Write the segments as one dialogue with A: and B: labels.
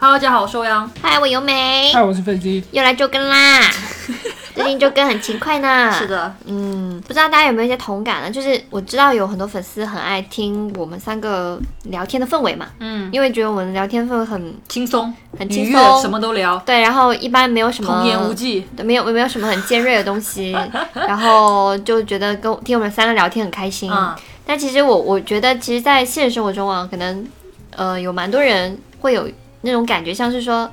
A: Hello，大家好，我寿央。
B: 嗨，我由美，
C: 嗨，我是飞机。
B: 又来周 更啦。最近周更很勤快呢。
A: 是，的，
B: 嗯，不知道大家有没有一些同感呢？就是我知道有很多粉丝很爱听我们三个聊天的氛围嘛，
A: 嗯，
B: 因为觉得我们聊天氛围很
A: 轻松，
B: 很
A: 愉
B: 轻
A: 悦，
B: 松，
A: 什么都聊，
B: 对，然后一般没有什么
A: 童言无忌。
B: 对没有没有什么很尖锐的 东西，然后就觉得跟我听我们三个聊天很开心。
A: 嗯，
B: 但其实我我觉得，其实，在现实生活中啊，可能呃有蛮多人会有那种感觉，像是说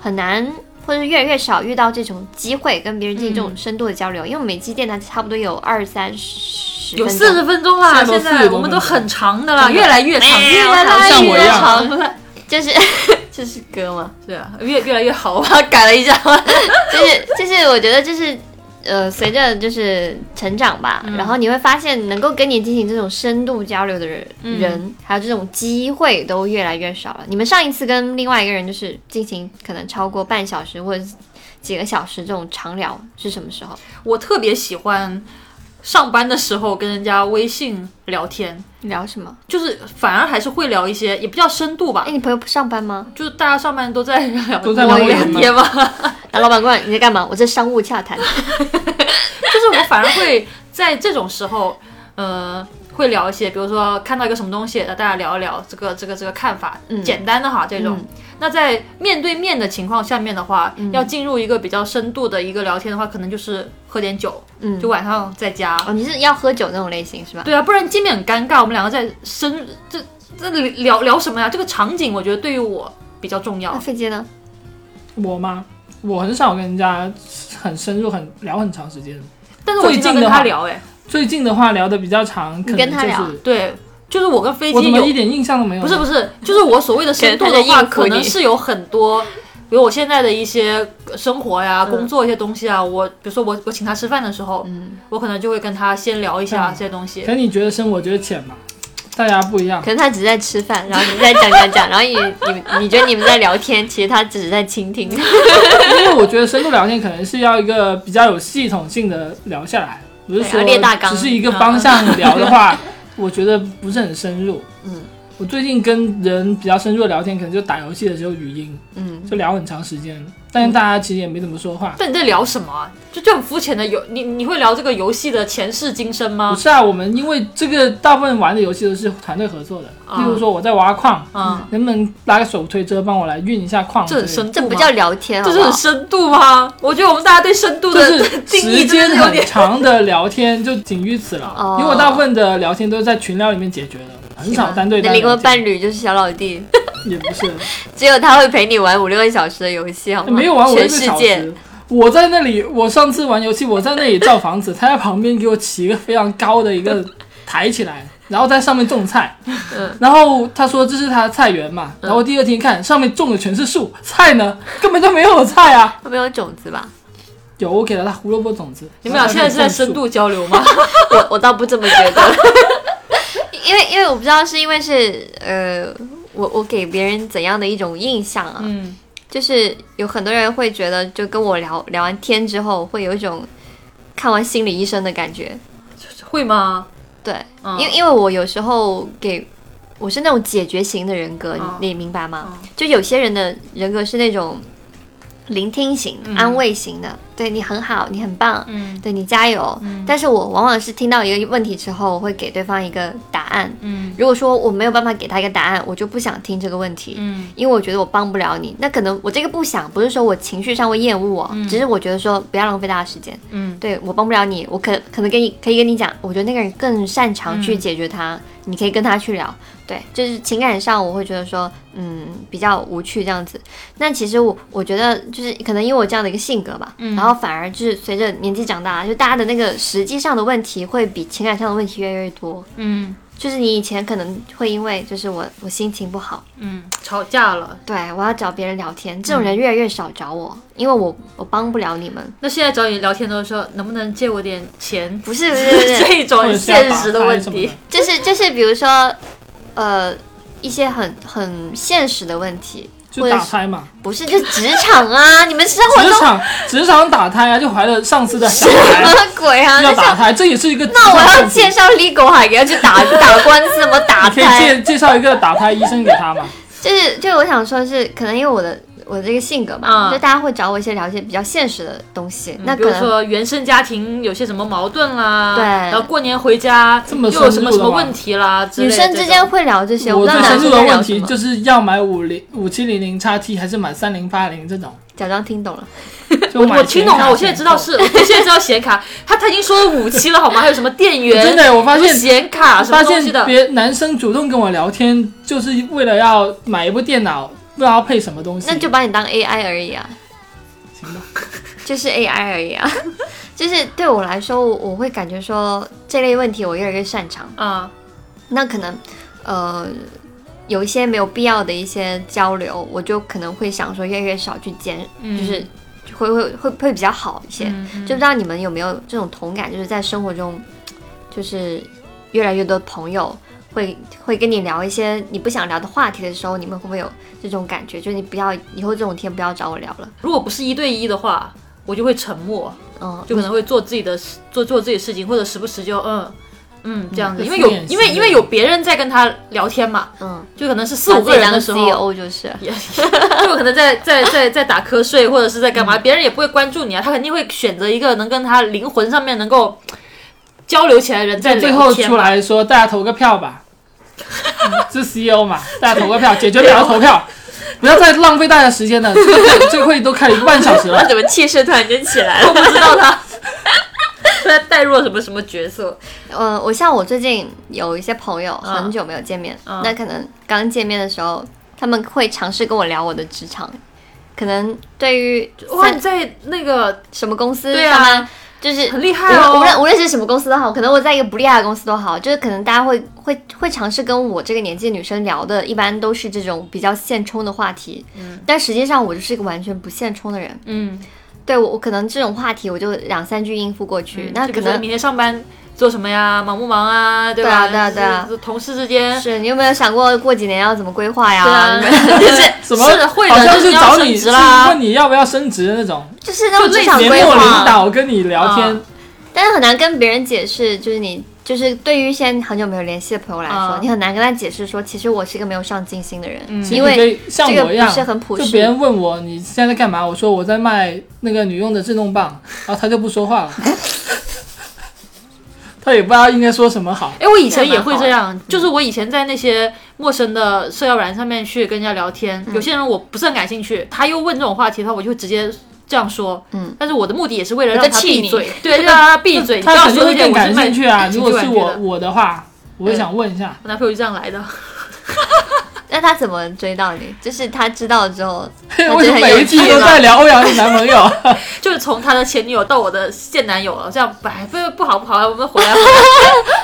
B: 很难，或者是越来越少遇到这种机会跟别人进行这
A: 嗯
B: 种深度的交流。因为我们每期电台差不多有二三十
A: 有
B: 分
A: 四
B: 钟，
A: 十分钟啦，
C: 现在
A: 现
C: 都
A: 在
C: 40
A: 我们都
C: 多分钟
A: 很长的啦，越来越长，
B: 没
A: 越
B: 有
A: 来
C: 像我
A: 越
C: 一样
A: 长了。
B: 就是 这是歌吗？
A: 对啊，越越来越好，我把它改了一下。
B: 就是就是，我觉得就是呃，随着就是成长吧，然后你会发现，能够跟你进行这种深度交流的人，人还有这种机会都越来越少了。你们上一次跟另外一个人就是进行可能超过半小时或者几个小时这种长聊是什么时候？
A: 我特别喜欢上班的时候跟人家微信聊天，
B: 聊什么？
A: 就是反而还是会聊一些，也不叫深度吧
B: 哎，，你朋友不上班吗？
A: 就是大家上班都在聊
C: 都在
A: 聊
C: 忙碌
A: 聊
C: 嘛
A: 天嘛。
B: 啊，老板过来，你在干嘛？我在商务洽谈。
A: 就是我反而会在这种时候，呃，会聊一些，比如说看到一个什么东西，大家聊一聊这个这个这个看法，
B: 嗯
A: 简单的哈这种。
B: 嗯
A: 那在面对面的情况下面的话，
C: 嗯
A: 要进入一个比较深度的一个聊天的话，可能就是喝点酒，
B: 嗯
A: 就晚上在家。
B: 哦，你是要喝酒那种类型是吧？
A: 对啊，不然见面很尴尬。我们两个在深这这里聊聊什么呀？这个场景我觉得对于我比较重
B: 那
A: 要。
B: 飞机呢？
C: 我吗？我很少跟人家很深入、很聊很长时间。
A: 但是我经常
C: 最近
A: 跟
C: 的
A: 他
C: 话
A: 聊，哎，
C: 最近的话聊的比较长，可
B: 你
C: 能
B: 跟他
C: 就
B: 聊
C: 是
A: 对，就是我跟飞
C: 我怎
A: 机
C: 么
A: 有
C: 一点印象都没有呢？
A: 不是不是，就是我所谓的深度
B: 可能
A: 的
B: 他在
A: 话，
B: 应付
A: 可能
B: 你
A: 是有很多，比如我现在的一些生活呀、工作一些东西啊，我比如说我我请他吃饭的时候，
B: 嗯，
A: 我可能就会跟他先聊一下
C: 嗯
A: 这些东西
C: 可。能你觉得深，我觉得浅吧，大家不一样
B: 可。能他只是在吃饭，然后你在讲讲讲，然后你你你觉得你们在聊天，其实他只是在倾听。
A: 嗯
C: 因为我觉得深度聊天可能是要一个比较有系统性的聊下来，不是
B: 对
C: 说
B: 要列大纲啊
C: 只是一个方向 聊的话，我觉得不是很深入。
B: 嗯，
C: 我最近跟人比较深入的聊天，可能就打游戏的时候语音，
B: 嗯，
C: 就聊很长时间，但是大家其实也没怎么说话。
A: 但你在聊什么啊？就就很肤浅的游，你你会聊这个游戏的前世今生
C: 不
A: 吗？
C: 是啊，我们因为这个大部分玩的游戏都是团队合作的，
A: 啊
C: 例如说我在挖矿，
A: 啊、
C: 能不能拉个手推车帮我来运一下矿？
A: 这很深，
B: 嗯这
A: 度
B: 不
A: 吗
B: 叫聊天好
A: 这
B: 不
A: 是
B: 好
A: 很深度吗？我觉得我们大家对深度
C: 就
A: 的
C: 是
A: 定义
C: 时
A: 真
C: 间
A: 的是有
C: 很
A: 点。
C: 长的聊天就仅于此了，
B: 哦
C: 因为我大部分的聊天都是在群聊里面解决的，很少单对
B: 你的
C: 单聊天。
B: 灵魂伴侣就是小老弟，
C: 也不是，
B: 只有他会陪你玩五六个小时的游戏，好吗？
C: 没有啊玩我一
B: 全
C: 个
B: 世
C: 小
B: 界。
C: 时。我在那里，我上次玩游戏，我在那里造 房子，他在旁边给我起一个非常高的一个台起来，然后在上面种菜。
A: 嗯
C: 然后他说这是他的菜园嘛，然后第二天看上面种的全是树，菜呢根本就没有菜啊。
B: 没有种子吧？
C: 有我给了他胡萝卜种子。
A: 你们俩现在是在深
C: 然后
A: 度交流吗？
B: 我我倒不这么觉得，因为因为我不知道是因为是呃，我我给别人怎样的一种印象啊？
A: 嗯，
B: 就是有很多人会觉得，就跟我聊聊完天之后，会有一种看完心理医生的感觉。
A: 会吗？
B: 对，
A: 嗯
B: 因为因为我有时候给我是那种解决型的人格，
A: 嗯
B: 你你明白吗？
A: 嗯
B: 就有些人的人格是那种聆听型、
A: 嗯
B: 安慰型的，对你很好，你很棒，
A: 嗯
B: 对你加油。
A: 嗯
B: 但是我往往是听到一个问题之后，我会给对方一个答案。
A: 嗯
B: 如果说我没有办法给他一个答案，我就不想听这个问题。
A: 嗯
B: 因为我觉得我帮不了你，那可能我这个不想，不是说我情绪上会厌恶哦，只是我觉得说不要浪费大家时间。
A: 嗯，
B: 对我帮不了你，我可可能跟你可以跟你讲，我觉得那个人更擅长去解决他，你可以跟他去聊。对，就是情感上我会觉得说，嗯，比较无趣这样子。那其实我我觉得就是可能因为我这样的一个性格吧，然后反而就是随着年纪长大，就大家的那个实际上的问题会比情感上的问题越来越多。
A: 嗯
B: 就是你以前可能会因为就是我我心情不好，
A: 嗯，吵架了。
B: 对，我要找别人聊天，这种人越来越少找我，因为我我帮不了你们。
A: 那现在找你聊天都是说能不能借我点 钱，
B: 不是不是不是，
A: 这
C: 或
A: 种
C: 者是要
A: 现实的问
C: 打牌什么
A: 题
C: 的。
B: 就是就是比如说，呃，一些很很现实的问题，或
C: 就
B: 者
C: 打
B: 是
C: 胎嘛，
B: 不是就职场啊， 你们生活
C: 职
B: 中
C: 场职场打胎啊，就怀了上司的小
B: 什
C: 孩，
B: 么鬼啊？
C: 要
B: 就
C: 打
B: 像
C: 胎，这也是一个
B: 那我
C: 职场
B: 要
C: 问题
A: 啊
B: 介绍 legal 还给他去打打官司，怎么打
C: 你可以
B: 胎？
C: 介介绍一个打胎医生给他嘛？
B: 就是就是我想说是，可能因为我的我的这个性格吧，
C: 啊
A: 嗯
B: 就大家会找我一些聊一些比较现实的东西，
C: 嗯
B: 那
A: 比
B: 可
A: 如
B: 能
A: 说原生家庭有些什么矛盾啦，
B: 对
A: 然后过年回家
C: 这么
A: 又有什
C: 深入
A: 么
C: 的
A: 什么
C: 吗
A: 问题啦之类
B: 女
A: 的这种，
B: 生之间会聊这些，我
C: 我
B: 不知
C: 最
B: 道男
C: 深
B: 生
C: 入的
B: 在聊
C: 问
B: 什
C: 题
B: 么，
C: 就是要买五零五七零零叉 T 还是买三零八零 这种？
B: 假装听懂了。
C: 就
A: 我
C: 买
A: 我听懂了，我现在知道
C: 显卡
A: 是，我现在知道显卡，他他已经说了五期了好吗？还有什么电源，
C: 哦真的我发现
A: 什么显卡啊什么
C: 发
A: 东西
C: 现
A: 的，
C: 别男生主动跟我聊天，就是为了要买一部电脑，不知道配什么东西。
B: 那就把你当 AI 而已啊，
C: 行吧。
B: 就是 AI 而已啊， 就是对我来说，我我会感觉说这类问题我越来越擅长。
A: 啊
B: 那可能呃有一些没有必要的一些交流，我就可能会想说越来越少去见，
A: 嗯
B: 就是会会会会比较好一些。
A: 嗯嗯
B: 就不知道你们有没有这种同感，就是在生活中，就是越来越多朋友会会跟你聊一些你不想聊的话题的时候，你们会不会有这种感觉？就是你不要以后这种天不要找我聊了，
A: 如果不是一对一的话，我就会沉默，
B: 嗯，
A: 就可能会做自己的事，做做自己的事情，或者时不时就嗯嗯这样子，
C: 嗯
A: 因为有
C: 敷衍
A: 因为
C: 型的
A: 因为有别人在跟他聊天嘛，
B: 嗯，
A: 就可能是四五
B: 把自
A: 个
B: 己
A: 人
B: 当
A: 的时候，
B: CEO 就是，
A: 也就可能在在在在打瞌睡或者是在干
B: 嗯
A: 嘛，别人也不会关注你啊，他肯定会选择一个能跟他灵魂上面能够交流起来的人在
C: 最
A: 聊
C: 后
A: 天
C: 出
A: 嘛。
C: 来说，大家投个 票吧，嗯是 CEO 嘛，大家投个票，解决不了投票，不要再浪费大家时间了。这个会这个会议都开了一个半小 时了，
B: 怎么气势突然间起来了？
A: 我不知道他他代入了什么什么角色，
B: 嗯，我像我最近有一些朋友
A: 嗯
B: 很久没有见面，
A: 嗯
B: 那可能刚见面的时候，他们会尝试跟我聊我的职场，可能对于
A: 哇，
B: 在
A: 你在那个
B: 什么公司
A: 对
B: 上班，
A: 啊，
B: 就是
A: 很厉害
B: 无论
A: 哦
B: 无。论无论是什么公司都好，可能我在一个不厉害的公司都好，就是可能大家会会会尝试跟我这个年纪的女生聊的，一般都是这种比较现充的话题。嗯，但实际上我就是一个完全不现充的人。
A: 嗯，
B: 对我，我可能这种话题我就两三句应付过去，那
A: 嗯就
B: 可
A: 比如说
B: 能
A: 明天上班做什么呀？忙不忙啊？对吧？
B: 对啊对啊
A: 就是同事之 间，
B: 是你有没有想过过几年要怎么规划呀？
A: 对啊
B: 就是
C: 怎么
A: 是的会的
C: 好像
A: 就
C: 是找
A: 是要升
C: 你
A: 职啦
C: 是问你要不要升职的那种，
B: 就是那
C: 就
B: 种职
C: 类
B: 场
C: 节目
B: 规
C: 领
B: 划，啊
C: 导跟你聊天
A: 嗯，
B: 但是很难跟别人解释，就是你。就是对于一些很久没有联系的朋友来说，
A: 嗯
B: 你很难跟他解释说，其实我是一个没有上进心的人，
C: 其实
B: 因
C: 你可
B: 为
C: 以像
B: 这个
C: 我一样，
B: 不是很普
C: 就
B: 世
C: 别人问我你现在在干嘛，我说我在卖那个女用的震动棒，然后他就不说话了， 他也不知道应该说什么好。嗯
A: 哎，我以前也会这样，就是我以前在那些陌生的社交软件上面去跟人家聊天，
C: 嗯
A: 有些人我不是很感兴趣，他又问这种话题的话，我就会直接这样说。
B: 嗯，
A: 但是我的目的也是为了
B: 我
A: 让
B: 在
A: 他
B: 气
A: 闭
B: 你
A: 嘴，对，让他闭嘴。你不
C: 他
A: 要
C: 肯定
A: 说这
C: 会
A: 些
C: 更
A: 我是
C: 感
A: 卖
C: 兴趣 啊。如果是
A: 情趣玩具
C: 我
A: 的
C: 我的话，我会想问一下，
A: 我男朋友就这样来的。
B: 那他怎么追到你？就是他知道了之后， 那 就
C: 为什么
B: 很
C: 每
B: 有
C: 一季
B: 趣
C: 都
B: 了。
C: 在聊欧阳的男朋友？
A: 就是从他的前女友到我的现男友了，这样哎不不好不好，我们回来吧。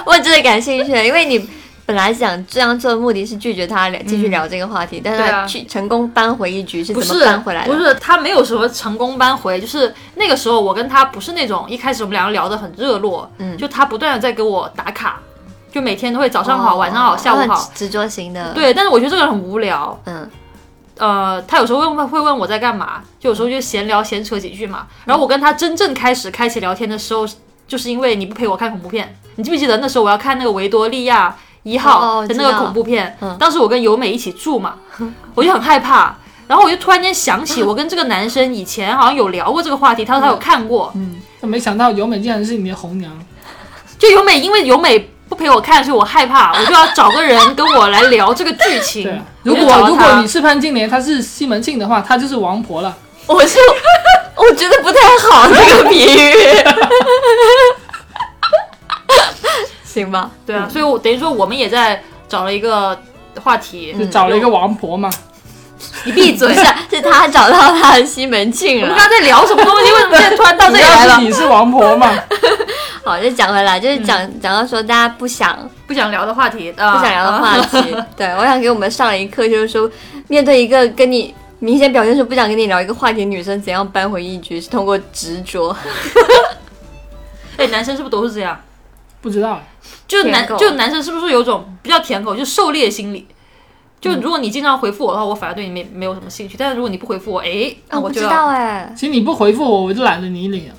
B: 我真的感兴趣，因为你本来想这样做的目的是拒绝他聊继续聊这个话题，但是
A: 对
B: 他
A: 啊
B: 去成功扳回一局是
A: 不
B: 怎
A: 是
B: 么扳回来的？
A: 不是他没有什么成功扳回，就是那个时候我跟他不是那种一开始我们两个聊得很热络，
B: 嗯
A: 就他不断的在给我打卡，就每天都会早上好、
B: 哦
A: 晚上好、下午
B: 他
A: 好
B: 很。执着型的，，
A: 对，但是我觉得这个人很无聊。
B: 嗯，
A: 呃，他有时候会问会问我在干嘛，就有时候就闲聊闲扯几句嘛。然后我跟他真正开始开启聊天的时候，就是因为你不陪我看恐怖片，你记不记得那时候我要看那个维多利亚一
B: 哦
A: 号
B: 我
A: 的
B: 知
A: 那个
B: 道
A: 恐怖片，
B: 嗯
A: 当时我跟由美一起住嘛， 我就很害怕。然后我就突然间想起，我跟这个男生以前好像有聊过这个话题，他说他有看过。
C: 没想到由美竟然是你的红娘，
A: 就由美，因为由美不陪我看，所以我害怕，我就要找个人跟我来聊这个剧
B: 嗯
A: 情
C: 对啊。
A: 我
C: 如
A: 就找到
C: 果如
A: 他
C: 果你是潘金莲，她是西门庆的话，她就是王婆了。
B: 我是 我觉得不太好这个 比喻，行吧？
A: 对啊，所以我等于说我们也在找了一个话题，
B: 嗯
C: 就找了一个王婆嘛，
A: 你闭
B: 不
A: 嘴！
B: 是
A: 我
B: 啊，是他找到他的西门庆
A: 们
B: 了
A: 刚。刚在聊什么东西？为什么现在突然
B: 哦
A: 到这
C: 你
A: 里来
C: 要
A: 了
C: 是？你是王婆嘛，
B: 好，就讲回来，就是讲、讲到说大家不想
A: 不想聊的话题，嗯啊、
B: 不想聊的
A: 啊。
B: 话题。 对，我想给我们上了一课，就是说，面对一个跟你明显表现出不想跟你聊一个话题的女生，怎样扳回一局，是通过执着。
A: 哎，男生是不是都是这样？
C: 不知道。啊
A: 就男
B: 舔狗
A: 就男生是不是有种比较舔狗，就狩猎心
B: 嗯
A: 理？就如果你经常回复我的话，我反而对你没没有什么兴趣；但是如果你不回复我，哎，那
B: 哦我
A: 我
B: 不
A: 就
B: 知
A: 要、
B: 道哎，
C: 其实你不回复我，我就懒得理你了。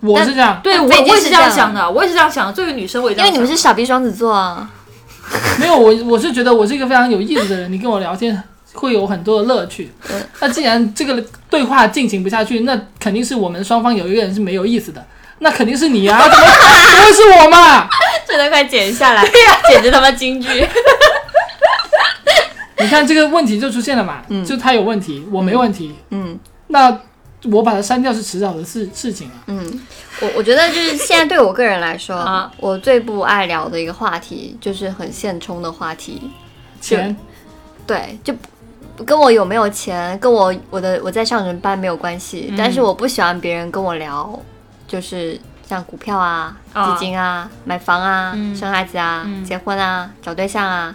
C: 我是这样，
A: 对我
B: 北京
A: 我也
B: 是
A: 是
B: 这
A: 这
B: 样
A: 样想的，我也是这样想的。作为女生，我也这
B: 因
A: 样
B: 为
A: 想。
B: 你们是傻逼双子座啊。
C: 没有我，我是觉得我是一个非常有意思的人，你跟我聊天会有很多的乐趣
B: 嗯。
C: 那既然这个对话进行不下去，那肯定是我们双方有一个人是没有意思的，那肯定是你 啊，怎么不会是我嘛？
B: 这段快 剪 下来，
A: 啊
B: 简直他妈京剧。
C: 你看这个问题就出现了嘛，就他有问题，我没问题，
B: 嗯
C: 那我把它删掉是迟早的事事情啊。
B: 嗯，我我觉得就是现在对我个人来说，
A: 啊
B: 我最不爱聊的一个话题就是很现充的话题，
C: 钱
B: 对，就不跟我有没有钱，跟我我的我在上什么班没有关系，
A: 嗯
B: 但是我不喜欢别人跟我聊，就是像股票啊、
A: 啊
B: 基金啊、买房啊、
A: 嗯
B: 生孩子啊、
A: 嗯
B: 结婚啊、找对象啊。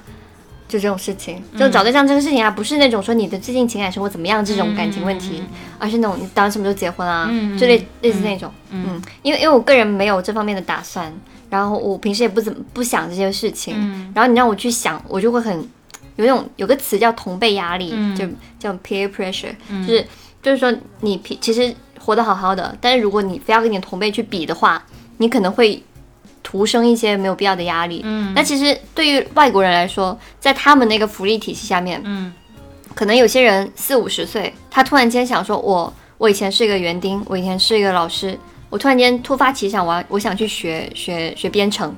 B: 就这种事情，就找对象这个事情啊，不是那种说你的最近情感生活怎么样这种感情
A: 嗯
B: 问题，而是那种你打算什么时候结婚啊，
A: 嗯嗯
B: 就类类似那种，
A: 嗯
B: 嗯，因为因为我个人没有这方面的打算，然后我平时也不怎么不想这些事情，
A: 嗯
B: 然后你让我去想，我就会很有一种有个词叫同辈压力，
A: 嗯
B: 就叫 peer pressure，、就是就是说你平其实活得好好的，但是如果你非要跟你的同辈去比的话，你可能会徒生一些没有必要的压力。
A: 嗯
B: 那其实对于外国人来说，在他们那个福利体系下面，
A: 嗯
B: 可能有些人四五十岁，他突然间想说我，我以前是一个园丁，我以前是一个老师，我突然间突发奇想，我要我想去学学学编程，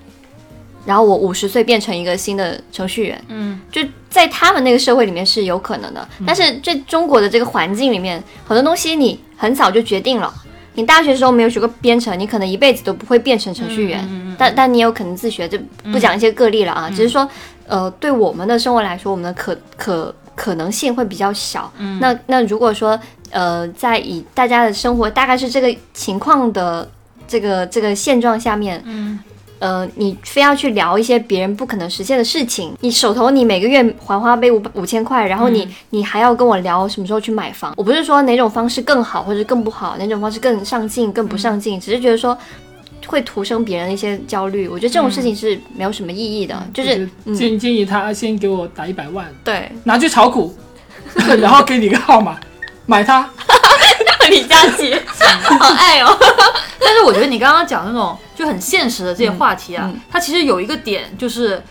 B: 然后我五十岁变成一个新的程序员，
A: 嗯
B: 就在他们那个社会里面是有可能的，但是在中国的这个环境里面，很多东西你很早就决定了。你大学时候没有学过编程，你可能一辈子都不会变成程序员，但但你也有可能自学，这不讲一些个例了啊，只是说，呃，对我们的生活来说，我们的可可可能性会比较小。那那如果说，呃，在以大家的生活大概是这个情况的这个这个现状下面，
A: 嗯
B: 呃，你非要去聊一些别人不可能实现的事情，你手头你每个月还花呗五五千块，然后你、你还要跟我聊什么时候去买房。我不是说哪种方式更好或者更不好，哪种方式更上进更不上进，只是觉得说会徒生别人的一些焦虑。我觉得这种事情是没有什么意义的，就是嗯
C: 我建建议他先给我打一百万，
B: 对，
C: 拿去炒股， 然后给你个号码，买它。
B: 李佳琦 好爱 哦，
A: 但是我觉得你刚刚讲那种就很现实的这些
B: 嗯
A: 话题啊，它其实有一个点就是。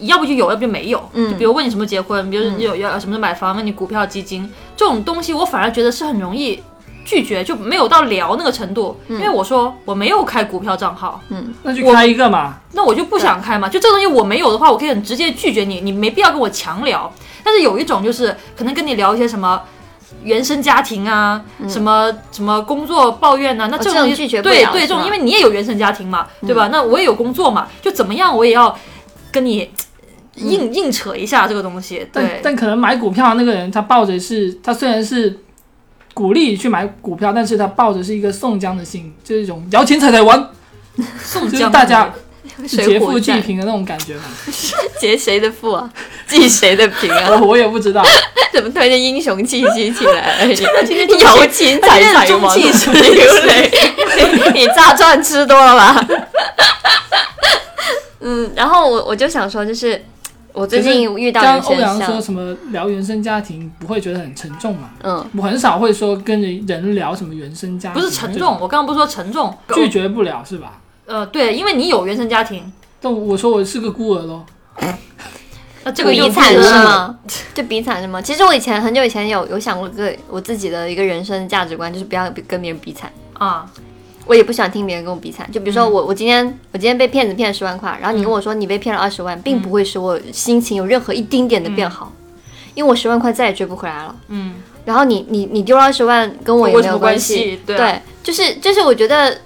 A: 要不就有，要不就没有。
B: 嗯
A: 就比如问你什么结婚，比如你有要什么时候买房，问你股票、基金这种东西，我反而觉得是很容易拒绝，就没有到聊那个程度。
B: 嗯
A: 因为我说我没有开股票账号，
C: 那就开一个嘛。
A: 那我就不想开嘛。就这个东西我没有的话，我可以很直接拒绝你，你没必要跟我强聊。但是有一种就是可能跟你聊一些什么原生家庭啊，什么什么工作抱怨啊，那种
B: 嗯哦这种
A: 东西
B: 拒绝不
A: 对
B: 了
A: 对，
B: 是嗯
A: 这种
B: 吗
A: 因为你也有原生家庭嘛，对吧？那我也有工作嘛，就怎么样我也要跟你
B: 嗯
A: 硬硬扯一下这个东西，
C: 但
A: 对。
C: 但可能买股票那个人，他抱着是，他虽然是鼓励去买股票，但是他抱着是一个宋江的心，就是一种摇钱踩踩 玩，
A: 宋
C: 就是
A: 江
C: 大家是劫
B: 水
C: 富
B: 浒
C: 济
B: 传
C: 贫的那种感 觉嘛。
B: 劫谁的富啊，济谁的贫啊？
C: 我我也不知 道，
B: 怎么突然间英雄气息起来 而已？
A: 中气
B: 有钱才
A: 他
B: 才
A: 真的
B: 王
A: 中气十足
B: 流泪， 你你炸串吃多了吧？ 嗯，然后我我就想说，就是我最近遇到
C: 刚
B: 人
C: 欧
B: 生
C: 阳说
B: 像，
C: 什么聊原生家庭不会觉得很沉重嘛？
B: 嗯，
C: 我很少会说跟人聊什么原生家庭，
A: 不是沉
C: 嗯
A: 重，，我刚刚不是说沉重，
C: 拒绝不了是吧？
A: 呃，对，因为你有原生家庭，
C: 但我说我是个孤儿咯，
A: 那这个就
B: 比
A: 不
B: 惨
A: 是
B: 是吗？ 就比惨是吗？其实我以前很久以前有有想过个我自己的一个人生价值观，就是不要跟别人比惨。
A: 啊？
B: 我也不喜欢听别人跟我比惨。就比如说我，我今天我今天被骗子骗了十万块，然后你跟我说你被骗了二十万，并不会使我心情有任何一丁点的变好，因为我十万块再也追不回来了。
A: 嗯，
B: 然后你你你丢了二十万，跟我也
A: 跟我
B: 没
A: 什
B: 有
A: 么关
B: 系
A: 系。对啊
B: 就是就是我觉得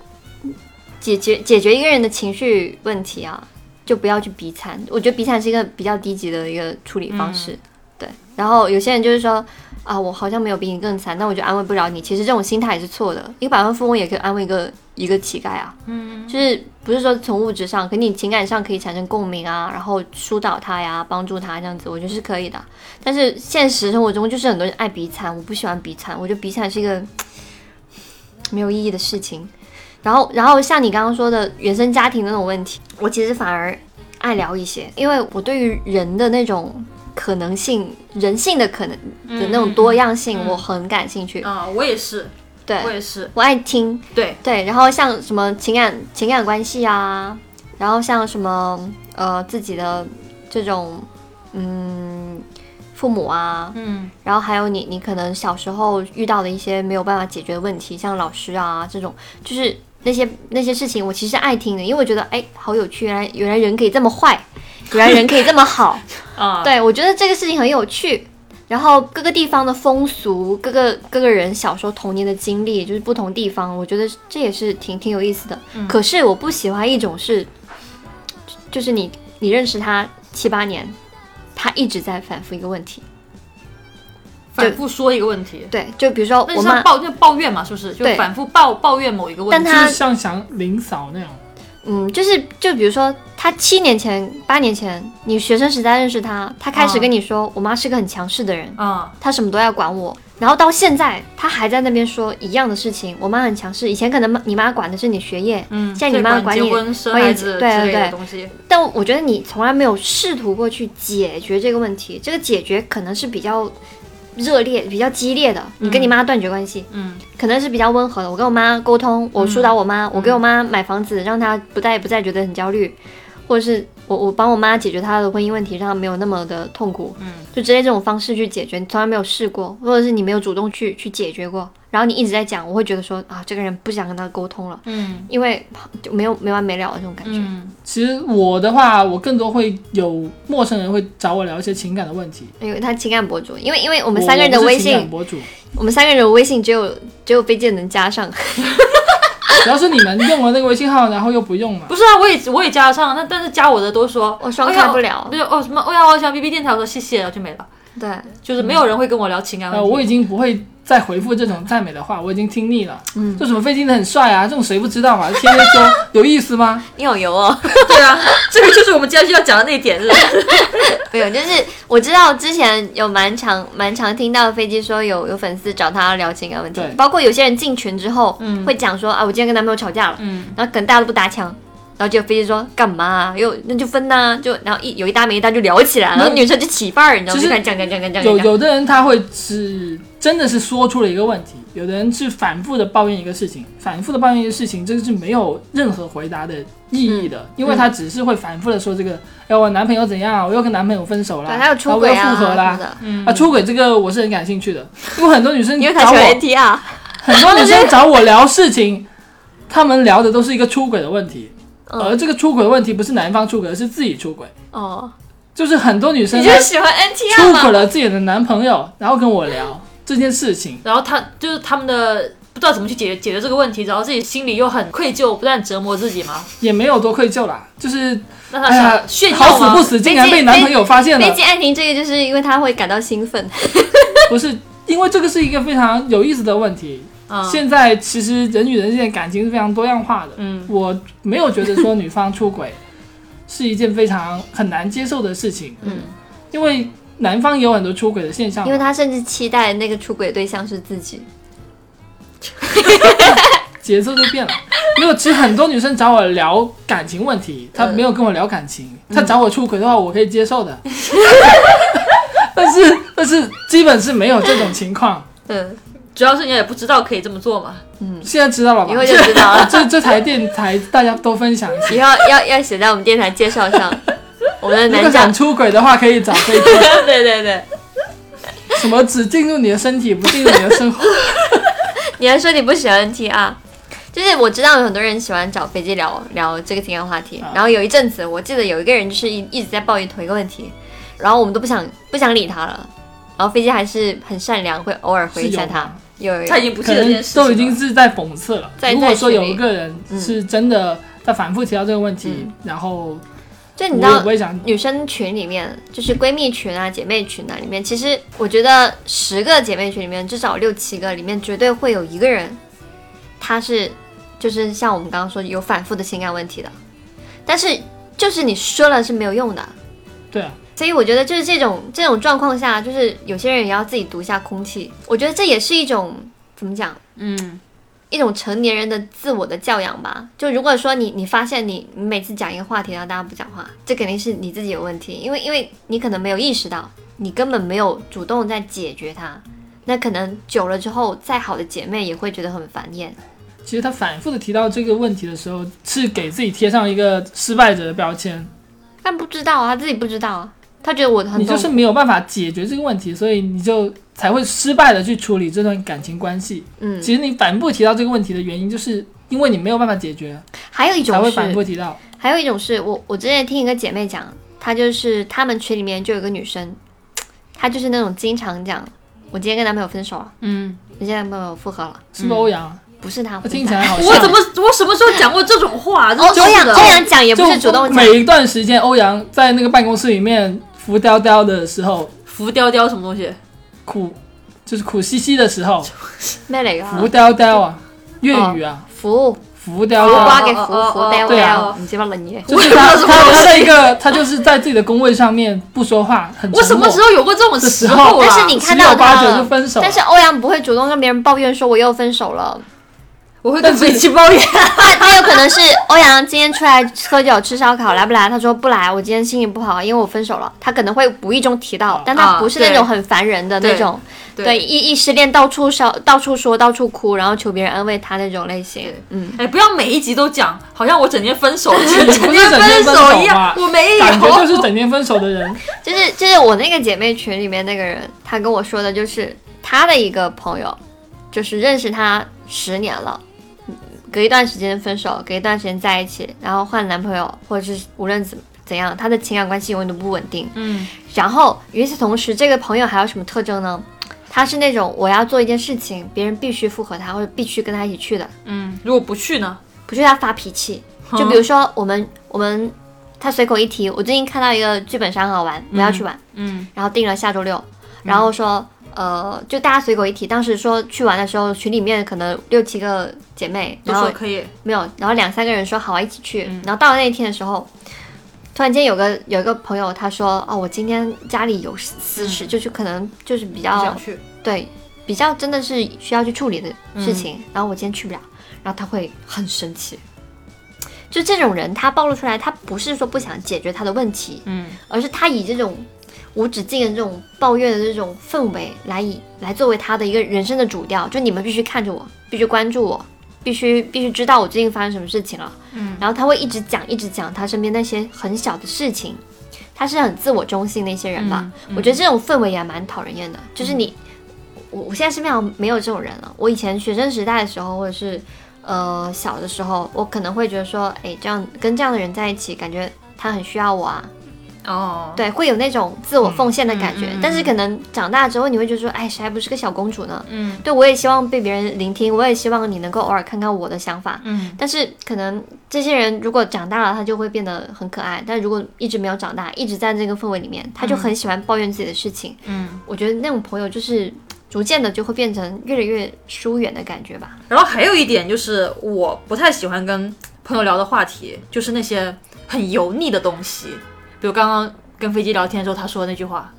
B: 解决解决一个人的情绪问题啊，就不要去比惨。我觉得比惨是一个比较低级的一个处理方
A: 嗯
B: 式。对，然后有些人就是说。啊，我好像没有比你更惨，那我就安慰不了你。其实这种心态也是错的，一个百万富翁也可以安慰一个一个乞丐啊。嗯，就是不是说从物质上，可你情感上可以产生共鸣啊，然后疏导他呀，帮助他这样子，我觉得是可以的。但是现实生活中就是很多人爱比惨，我不喜欢比惨，我觉得比惨是一个没有意义的事情。然后，然后像你刚刚说的原生家庭那种问题，我其实反而爱聊一些，因为我对于人的那种可能性、人性的可能的那种多样性，我很感兴趣。
A: 啊，我也是，
B: 对，
A: 我也是，
B: 我爱听，
A: 对，
B: 对，然后像什么呃情感情感关系啊，然后像什么呃自己的这种嗯父母啊，
A: 嗯，
B: 然后还有你你可能小时候遇到的一些没有办法解决的问题，像老师啊这种，就是那些那些事情，我其实爱听的，因为我觉得哎好有趣，原来原来人可以这么坏，原来人可以这么好，
A: 啊，
B: 对，我觉得这个事情很有趣。然后各个地方的风俗，各个各个人小时候童年的经历，就是不同地方，我觉得这也是挺挺有意思的。
A: 嗯
B: 可是我不喜欢一种是，就是你你认识他七八年，他一直在反复一个问题。
A: 反复说一个问题，
B: 对，就比如说
A: 那
B: 我
A: 是
B: 妈
A: 像，抱那抱怨嘛，是不是？就
B: 对
A: 反复抱抱怨某一个问
B: 但
A: 题。
B: 他
C: 就是像想林嫂那样，
B: 嗯，就是就比如说他七年前、八年前，你学生时代认识他，他开始
A: 啊
B: 跟你说，我妈是个很强势的人，
A: 啊，
B: 他什么都要管我。然后到现在，他还在那边说一样的事情。我妈很强势，以前可能妈你妈管的是你学业，
A: 嗯，
B: 现在你妈
A: 管
B: 管
A: 结
B: 你，
A: 婚生
B: 关于
A: 孩子之
B: 对对
A: 类的
B: 对
A: 东西，
B: 但我觉得你从来没有试图过去解决这个问题。这个解决可能是比较热烈、比较激烈的，你跟你妈断绝关系，
A: 嗯
B: 可能是比较温和的。我跟我妈沟通，我疏导我妈，
C: 嗯
B: 我给我妈买房子，让她不再不再觉得很焦虑，或者是我我帮我妈解决她的婚姻问题，让她没有那么的痛苦。
A: 嗯，
B: 就直接这种方式去解决，你从来没有试过，或者是你没有主动去去解决过，然后你一直在讲，我会觉得说啊，这个人不想跟他沟通了，
A: 嗯
B: 因为 就没有没完没了的这种感觉。
A: 嗯
C: 其实我的话，我更多会有陌生人会找我聊一些情感的问题。
B: 因为他哎情感博主，因为因为我
C: 我
B: 们三个人的
C: 我不
B: 微
C: 是情感
B: 信，
C: 博主，
B: 我们三个人的微信只有只有飞剑能加上，
C: 主要是你们用了那个微信号，然后又不 用嘛。
A: 不是啊，我也我也加上了，那但是加我的都说
B: 我
C: 哎
B: 双开不了
A: 对哦什么欧阳我喜欢 B B 电台，我说谢谢，然后就没了，
B: 对，
A: 就是没有人会跟我聊情感
C: 呃，
A: 问题。
C: 我已经不会再回复这种赞美的话，我已经听腻了。嗯，就什么费劲的很帅啊，这种谁不知道嘛？天天说有意思吗？
B: 你好油哦。
A: 对啊，这个就是我们今天需要讲的那一点，是吧？
B: 没有，就是我知道之前有蛮常蛮常听到飞机说有有粉丝找他聊情感问题
C: 对，嗯
B: 包括有些人进群之后，会讲说啊，我今天跟男朋友吵架了，
A: 嗯
B: 然后可能大家都不搭腔，然后结果飞机说干嘛啊、又那就分呐、就然后一有一搭没一搭就聊起来了，然后女生就起范儿，你知道吗？
C: 嗯其
B: 就
C: 实
B: 开始讲讲讲讲讲
C: 有
B: 讲讲，
C: 有的人他会是真的是说出了一个问题，有的人是反复的抱怨一个事情，反复的抱怨一个事情，这个是没有任何回答的意义
B: 嗯
C: 的，因为他只是会反复的说这个，哎，我男朋友怎样，我又跟男朋友分手了，
B: 对，还有出轨
C: 然后
B: 啊
C: 我又复合
B: 什么
C: 啦。
B: 的，
A: 嗯
C: 啊，出轨这个我是很感兴趣的，因为很多女生
B: 因为他
C: 嗯找
B: 喜欢
C: 我，
B: ATR，
C: 很多女生找我聊事情，她们聊的都是一个出轨的问题，
B: 嗯
C: 而这个出轨问题不是男方出轨，而是自己出轨，
B: 哦，
C: 就是很多女生
B: 你
C: 她
B: 就喜欢 NTR
C: 出轨
B: 吗？
C: 了自己的男朋友，然后跟我聊这件事情。
A: 然后他就是他们的不知道怎么去解决解决这个问题，然后自己心里又很愧疚，不但折磨自己嘛，
C: 也没有多愧疚啦，就是
A: 那他
C: 哎呀
A: 想，啊炫
C: 好
A: 耀
C: 死
A: 吗
C: 不？死，竟然
B: 毕竟
C: 被男朋友发现
B: 飞
C: 了
B: 机。爱听这个，就是因为他会感到兴奋，
C: 哦不是，因为这个是一个非常有意思的问题。
A: 嗯
C: 现在其实人与人之间的感情是非常多样化的。
A: 嗯，
C: 我没有觉得说女方出轨是一件非常很难接受的事情。嗯，因为男方也有很多出轨的现象嘛。
B: 因为他甚至期待那个出轨对象是自己。
C: 节奏就变了。没有，其实很多女生找我聊感情问题，
B: 嗯
C: 她没有跟我聊感情，她找我出轨的话，我可以接受的。
B: 嗯
C: 但是，但是基本是没有这种情况。
B: 嗯，
A: 主要是人家也不知道可以这么做嘛。
C: 现在知道了吧。
B: 以后？就知道了
C: 这这台电台大家都分享一 下。
B: 以后要要写在我们电台介绍上。我们的
C: 如果
B: 男嘉
C: 想出轨的话，可以找 飞机。
A: 对对对，
C: 什么只进入你的身体，不进入你的 生活。
B: 你还说你不喜欢 NTR，就是我知道有很多人喜欢找飞机聊聊这个情感话题
C: 啊。
B: 然后有一阵子，我记得有一个人就是一一直在抱怨同一个问题，然后我们都不想不想理他了。然后飞机还是很善良，会偶尔回一
C: 是有
B: 下
C: 吗
B: 他。有有
A: 他已
B: 有，
A: 经不记
C: 可
A: 得这
C: 能
A: 件事情了
C: 都已经是在讽刺了。
B: 在
C: 如果说有一个人
B: 嗯
C: 是真的在反复提到这个问题，然后
B: 就你知
C: 我也
B: 道
C: 不，会想
B: 女生群里面，就是闺蜜群啊、姐妹群啊里面，其实我觉得十个姐妹群里面，至少六七个里面，绝对会有一个人，她是就是像我们刚刚说有反复的情感问题的，但是就是你说了是没有用的，
C: 对啊。
B: 所以我觉得就是这种这种状况下，就是有些人也要自己读一下空气，我觉得这也是一种怎么讲，
A: 嗯，
B: 一种成年人的自我的教养吧。就如果说你你发现你你每次讲一个话题，然后大家不讲话，这肯定是你自己有问题，因为因为你可能没有意识到，你根本没有主动在解决它。那可能久了之后，再好的姐妹也会觉得很烦厌。
C: 其实他反复的提到这个问题的时候，是给自己贴上一个失败者的标签。
B: 但不知道啊，他自己不知道啊。他觉得我很
C: 你
B: 懂
C: 就是没有办法解决这个问题，所以你就才会失败的去处理这段感情关系。
B: 嗯，
C: 其实你反复提到这个问题的原因，就是因为你没有办法解决，
B: 还有一
C: 才
B: 种
C: 会
B: 是
C: 反复提到。
B: 还有一种是我我之前听一个姐妹讲，她就是她们群里面就有一个女生，她就是那种经常讲，我今天跟男朋友分手了，
A: 嗯，
B: 人家男朋友复合了，
C: 是不是欧阳啊？
B: 不是她，不是
C: 听起
B: 她
C: 来好
A: 我
C: 像
A: 怎么我什么时候讲过这种话？
B: 哦，
A: 这
B: 欧阳
A: 的
B: 欧阳讲也不是主动
C: 就
B: 讲
C: 每，一段时间，欧阳在那个办公室里面浮雕雕的时候，
A: 浮雕雕什么东西？
C: 苦就是苦兮兮的时候，
B: 咩嚟
C: 浮
B: 噶？
C: 雕雕啊，粤语啊，
B: 服
C: 浮雕啊
B: 我
C: 雕
B: 瓜，给服
A: 哦哦
B: 服
A: 哦
B: 掉
C: 对啊
B: 掉，唔知乜撚 嘢。
C: 就是他他他在一个他就是在自己的工位上面不说话，很
A: 我什么时
C: 候
A: 候有过这种时候啊？
B: 但是你看
C: 十
B: 到
C: 有八
B: 他
C: 九就
B: 了，
C: 分手了，
B: 但是欧阳不会主动跟别人抱怨说我又分手了，
A: 我会跟飞机抱怨，
B: 他他有可能是欧阳今天出来喝酒吃烧烤来不来？他说不来，我今天心情不好，因为我分手了。他可能会无意中提到，但他不是那种很烦人的那种，
A: 对
B: 对一一失恋到处烧到处说到处哭，然后求别人安慰他那种类型
A: 对。
B: 嗯，
A: 哎，不要每一集都讲，好像我整天分手，整
C: 不 是整天分手
A: 一样
C: 吗，
A: 我没有，
C: 感觉就是整天分手的人，
B: 就是就是我那个姐妹群里面那个人，他跟我说的就是他的一个朋友，就是认识他十年了。嗯隔一段时间分手，隔一段时间在一起，然后换男朋友，或者是无论怎怎样，他的情感关系永远都不稳定。
A: 嗯，
B: 然后与此同时，这个朋友还有什么特征呢？他是那种我要做一件事情，别人必须附和他，或者必须跟他一起去的，
A: 嗯，如果不去呢？
B: 不是他发脾气。
A: 哦
B: 就比如说我们我们他随口一提，我最近看到一个剧本杀很好玩，我要去玩，
A: 嗯
B: 然后定了下周六，然后说。呃，就大家随口一提，当时说去玩的时候，群里面可能六七个姐妹，
A: 都
B: 然后
A: 说嗯可以，
B: 没有，然后两三个人说好啊，一起去。然后到了那一天的时候，突然间有个有一个朋友他说，哦，我今天家里有
A: 嗯
B: 私事，就是可能就是比
A: 不
B: 较
A: 想去，
B: 对比较真的是需要去处理的事情，
A: 嗯
B: 然后我今天去不了，然后他会很生气。就这种人，他暴露出来，他不是说不想解决他的问题，
A: 嗯，
B: 而是他以这种无止境的这种抱怨的这种氛围来以来作为他的一个人生的主调，就你们必须看着我，必须关注我，必须必须知道我最近发生什么事情了。嗯，然后他会一直讲一直讲他身边那些很小的事情，他是很自我中心的一些人吧。
A: 嗯嗯
B: 我觉得这种氛围也蛮讨人厌的，就是你。我我现在身边好像没有这种人了。我以前学生时代的时候，或者是呃小的时候，我可能会觉得说，哎，这样跟这样的人在一起，感觉他很需要我啊，
A: 哦，
B: 对，会有那种自我奉献的感觉。
A: 嗯嗯嗯嗯
B: 但是可能长大之后，你会觉得说，哎，谁还不是个小公主呢？
A: 嗯
B: 对我也希望被别人聆听，我也希望你能够偶尔看看我的想法。
A: 嗯，
B: 但是可能这些人如果长大了，他就会变得很可爱；但如果一直没有长大，一直在这个氛围里面，他就很喜欢抱怨自己的事情。
A: 嗯，
B: 我觉得那种朋友就是逐渐的就会变成越来越疏远的感觉吧。
A: 然后还有一点就是，我不太喜欢跟朋友聊的话题，就是那些很油腻的东西，比如刚刚跟飞机聊天的时候，他说的那句话，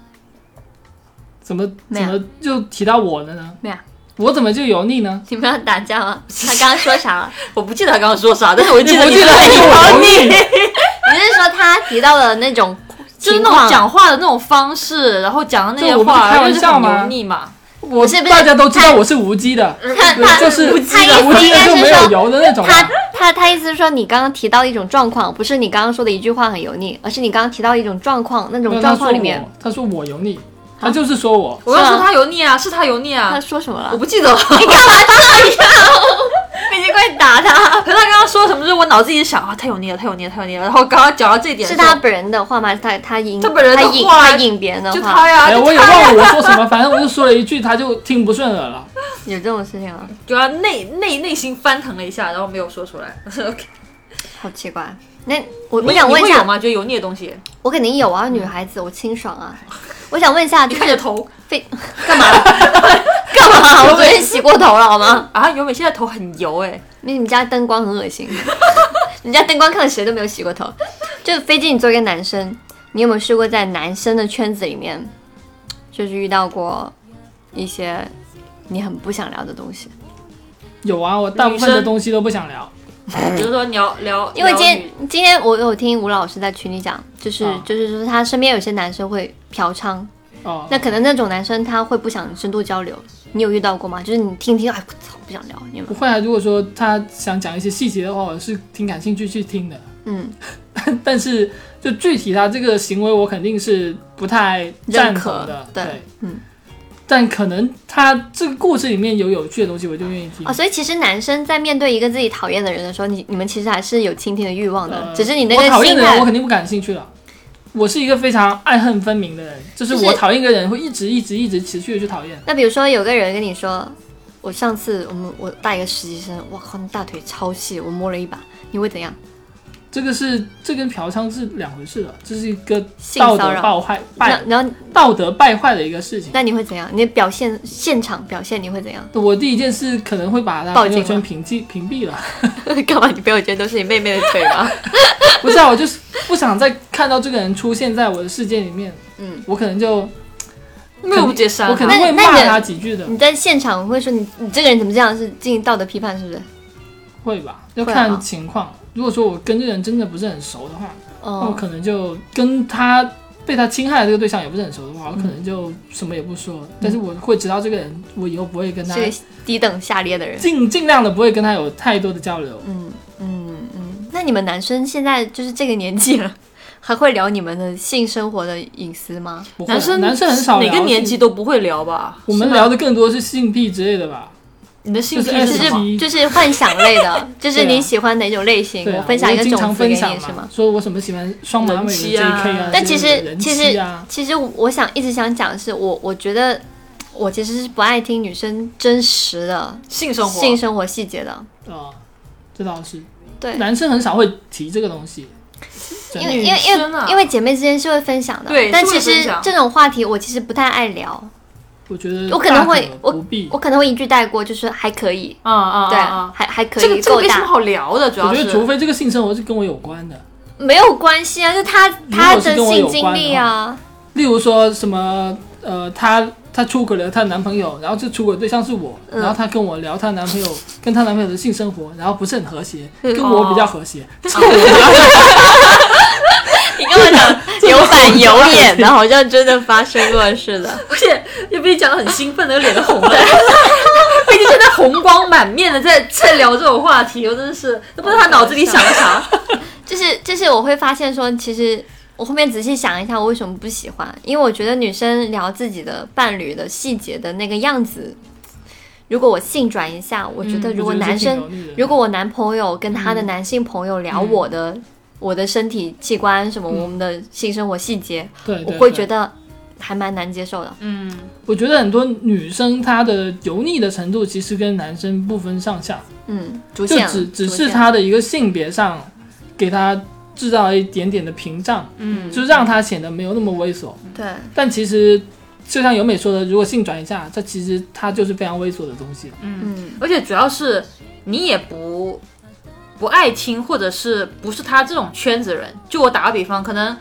C: 怎么
B: 没
C: 怎
B: 有
C: 么就提到我了呢？
B: 没有，
C: 我怎么就油腻呢？
B: 你们要打架吗？他刚刚说啥了？
A: 我不记得他刚刚说啥，但是我记得
C: 我
A: 你
C: 记
A: 说
C: 得
A: 的
C: 是
A: 油
C: 油
A: 腻。
C: 腻，
B: 你是说他提到了那种
A: 就是
B: 情
A: 那种
B: 况？
A: 讲话的那种方式，然后讲的那些
C: 就我不是
A: 话，
C: 开玩
A: 就是啊
C: 笑
A: 很
C: 吗
A: 油腻嘛。
C: 我
B: 不是不是
C: 大家都知道我是无机的，
B: 他他
C: 就是
B: 他
C: 无
B: 意
C: 机的，
B: 思
C: 无机
B: 应该
C: 的就是没
B: 说
C: 有油的那种啊。
B: 他他他意思是说，你刚刚提到一种状况，不是你刚刚说的一句话很油腻，而是你刚刚提到一种状况，那
C: 没
B: 种
C: 有他
B: 状
C: 说
B: 况里面
C: 我，，他说我油腻，他就是说我。
A: 我要说他油腻啊，是他油腻
B: 他
A: 啊，
B: 说什么
A: 我
B: 了？
A: 不记得了。
B: 你干嘛这样？ 你快打他！
A: 可是他刚刚说什么，就是我脑子一想啊，太油腻了，太油腻了，太油腻了。然后刚刚讲到这一点
B: 是
A: 的时候，
B: 他本人的话吗？他他引
A: 他本人的
B: 他引
A: 话
B: 他引别人的
A: 就
B: 话
A: 他，呀，
C: 哎，
A: 就
C: 我也
A: 他呀
C: 忘了我说什么，反正我就说了一句，他就听不顺耳了。
B: 有这种事情吗？
A: 主要内内内心翻腾了一下，然后没有说出来。OK，
B: 好奇怪。那我我
A: 你
B: 想
A: 你
B: 问一
A: 会有
B: 下，
A: 吗？觉得油腻的东西，
B: 我肯定有啊，女孩子我清爽啊。我想问一下，就
A: 你
B: 是
A: 看着头
B: 非干嘛？ 干嘛？我昨天洗过头了好吗？
A: 啊，尤美现在头很油哎，
B: 因为你们家灯光很恶 心，你们家灯光看谁都没有洗过头。就飞机，你作为一个男生，你有没有试过在男生的圈子里面，就是遇到过一些你很不想聊的东西？
C: 有啊，我大部分
A: 女
C: 的
A: 生
C: 东西都不想聊。
A: 比如说聊聊，
B: 因为今
A: 聊女
B: 天今天我有听吴老师在群里讲，就是、
A: 嗯
C: 啊
B: 就是就是他身边有些男生会嫖娼，
C: 哦，
B: 那可能那种男生他会不想深度交流，你有遇到过吗？就是你听听，哎，我操，不想聊，你们
C: 不会啊。如果说他想讲一些细节的话，我是挺感兴趣去听的。
B: 嗯，
C: 但是就具体他这个行为，我肯定是不不太赞同的
B: 认可，
C: 对，
B: 对嗯。
C: 但可能他这个故事里面有有趣的东西，我就愿意听。
B: 哦，所以其实男生在面对一个自己讨厌的人的时候，你你们其实还是有倾听的欲望的，
C: 呃
B: 只是你那
C: 我讨
B: 个
C: 厌
B: 心
C: 的人，我
B: 态。
C: 肯定不感兴趣了。我是一个非常爱恨分明的人，就是
B: 就是
C: 我讨厌一个人会一直一直一直持续的去讨厌。
B: 那比如说有个人跟你说，我上次我们我带一个实习生，哇靠，你大腿超细，我摸了一把，你会怎样？
C: 这个是这跟嫖娼是两回事的，这是一个
B: 性
C: 道德
B: 骚扰
C: 败坏
B: 那
C: 败
B: 然后
C: 道德败坏的一个事情。
B: 那你会怎样？你的表现现场表现你会怎样？
C: 我第一件事可能会把他
B: 报
C: 朋
B: 警
C: 友
B: 吗
C: 圈屏蔽屏蔽了，
B: 干嘛？你朋友圈都是你妹妹的腿吗？
C: 不是啊，我就是不想再看到这个人出现在我的世界里面。
B: 嗯，
C: 我可能就
A: 没有接删
C: 我可
A: 啊，
C: 能会
B: 那那
C: 骂
B: 你
C: 他几句的，
B: 你在现场会说你你这个人怎么这样？是进行道德批判是不是？
C: 会吧？要
B: 会啊
C: 看情况。如果说我跟这个人真的不是很熟的话，那我
B: 哦，
C: 可能就跟他被他侵害的这个对象也不是很熟的话，我可能就什么也不说。但是我会知道这个人，我以后不会跟他
B: 是个低等下劣的人。
C: 尽尽量的不会跟他有太多的交流。
B: 嗯嗯嗯。那你们男生现在就是这个年纪了，还会聊你们的性生活的隐私吗？
C: 不会啊
A: 男生
C: 男生很少
A: 哪
C: 聊
A: 个年纪
C: 性，
A: 都不会聊吧？
C: 我们
A: 是吗
C: 聊的更多是性癖之类的吧。
A: 你的性癖
C: 就是
A: 是什么？
C: 嗯
B: 就是幻想类的，就是你喜欢哪种类型，
C: 对啊，
B: 我分享一个
C: 经常
B: 种子
C: 分
B: 给
C: 享
B: 你是吗？？
C: 说我什么喜欢双马
A: 人
C: 尾的
A: 妻
C: JK
A: 啊
C: 啊，
B: 但其实
C: 人
B: 其
C: 妻
B: 实
C: 啊，
B: 其实我想一直想讲的是我我觉得我其实是不爱听女生真实的
A: 性生活？
B: 性生活细节的，
C: 哦，这倒是，
B: 对，
C: 男生很少会提这个东西。真
B: 因
C: 的
B: 为因为因
A: 女生
B: 为
A: 啊
B: 因为姐妹之间是会分享的，
A: 对
B: 但
A: 是会
B: 其
A: 分
B: 实
A: 享
B: 这种话题我其实不太爱聊，
C: 我觉得
B: 我可能会
C: 大
B: 我
C: 不必。
B: 我可能会一句带过，就是还可以，
A: 啊啊
B: 对，
A: 啊啊！
B: 还还可
A: 这
B: 以
A: 个这个
B: 够
A: 没什么
B: 大，
A: 好聊的，主
C: 我
A: 要
C: 觉
A: 是
C: 得除非这个性生活是跟我有关的，
B: 没有关系啊，就他
C: 如果
B: 他
C: 是
B: 的
C: 跟我
B: 性
C: 有
B: 经
C: 关的
B: 历啊，
C: 例如说什么呃，她她出轨了她男朋友，然后这出轨对象是我，
B: 嗯
C: 然后她跟我聊她男朋友跟她男朋友的性生活，然后不是很和谐，跟我比较和谐，这个 我
B: 你跟我讲有板有眼的，好像真的发生过似的。
A: 而且也被你讲的很兴奋，那个脸都红 了。毕竟现在红光满面的在在聊这种话题，我真的是都不知道他脑子里想的啥。
B: 就是就是我会发现说，其实我后面仔细想一下，我为什么不喜欢？因为我觉得女生聊自己的伴侣的细节的那个样子，如果我性转一下，我觉得
C: 嗯觉
B: 如果
C: 得是嗯
B: 男
C: 挺
B: 生，
C: 油腻的
B: 如果我男朋友跟他的男性朋友聊我的、
C: 嗯
B: 我的身体器官什么，我们的性生活细节，
C: 对对
B: 我会
C: 对
B: 觉得还蛮难接受的。
A: 嗯，
C: 我觉得很多女生她的油腻的程度其实跟男生不分上下，
B: 嗯，逐
C: 就
B: 渐
C: 只只
B: 逐
C: 是
B: 渐
C: 她的一个性别上给她制造了一点点的屏障，
A: 嗯
C: 就嗯让她显得没有那么猥琐。
B: 对
C: 但其实就像由美说的，如果性转一下，这其实它就是非常猥琐的东西。
B: 嗯
A: 而且主要是你也不不爱听，或者是不是他这种圈子人。就我打个比方，可能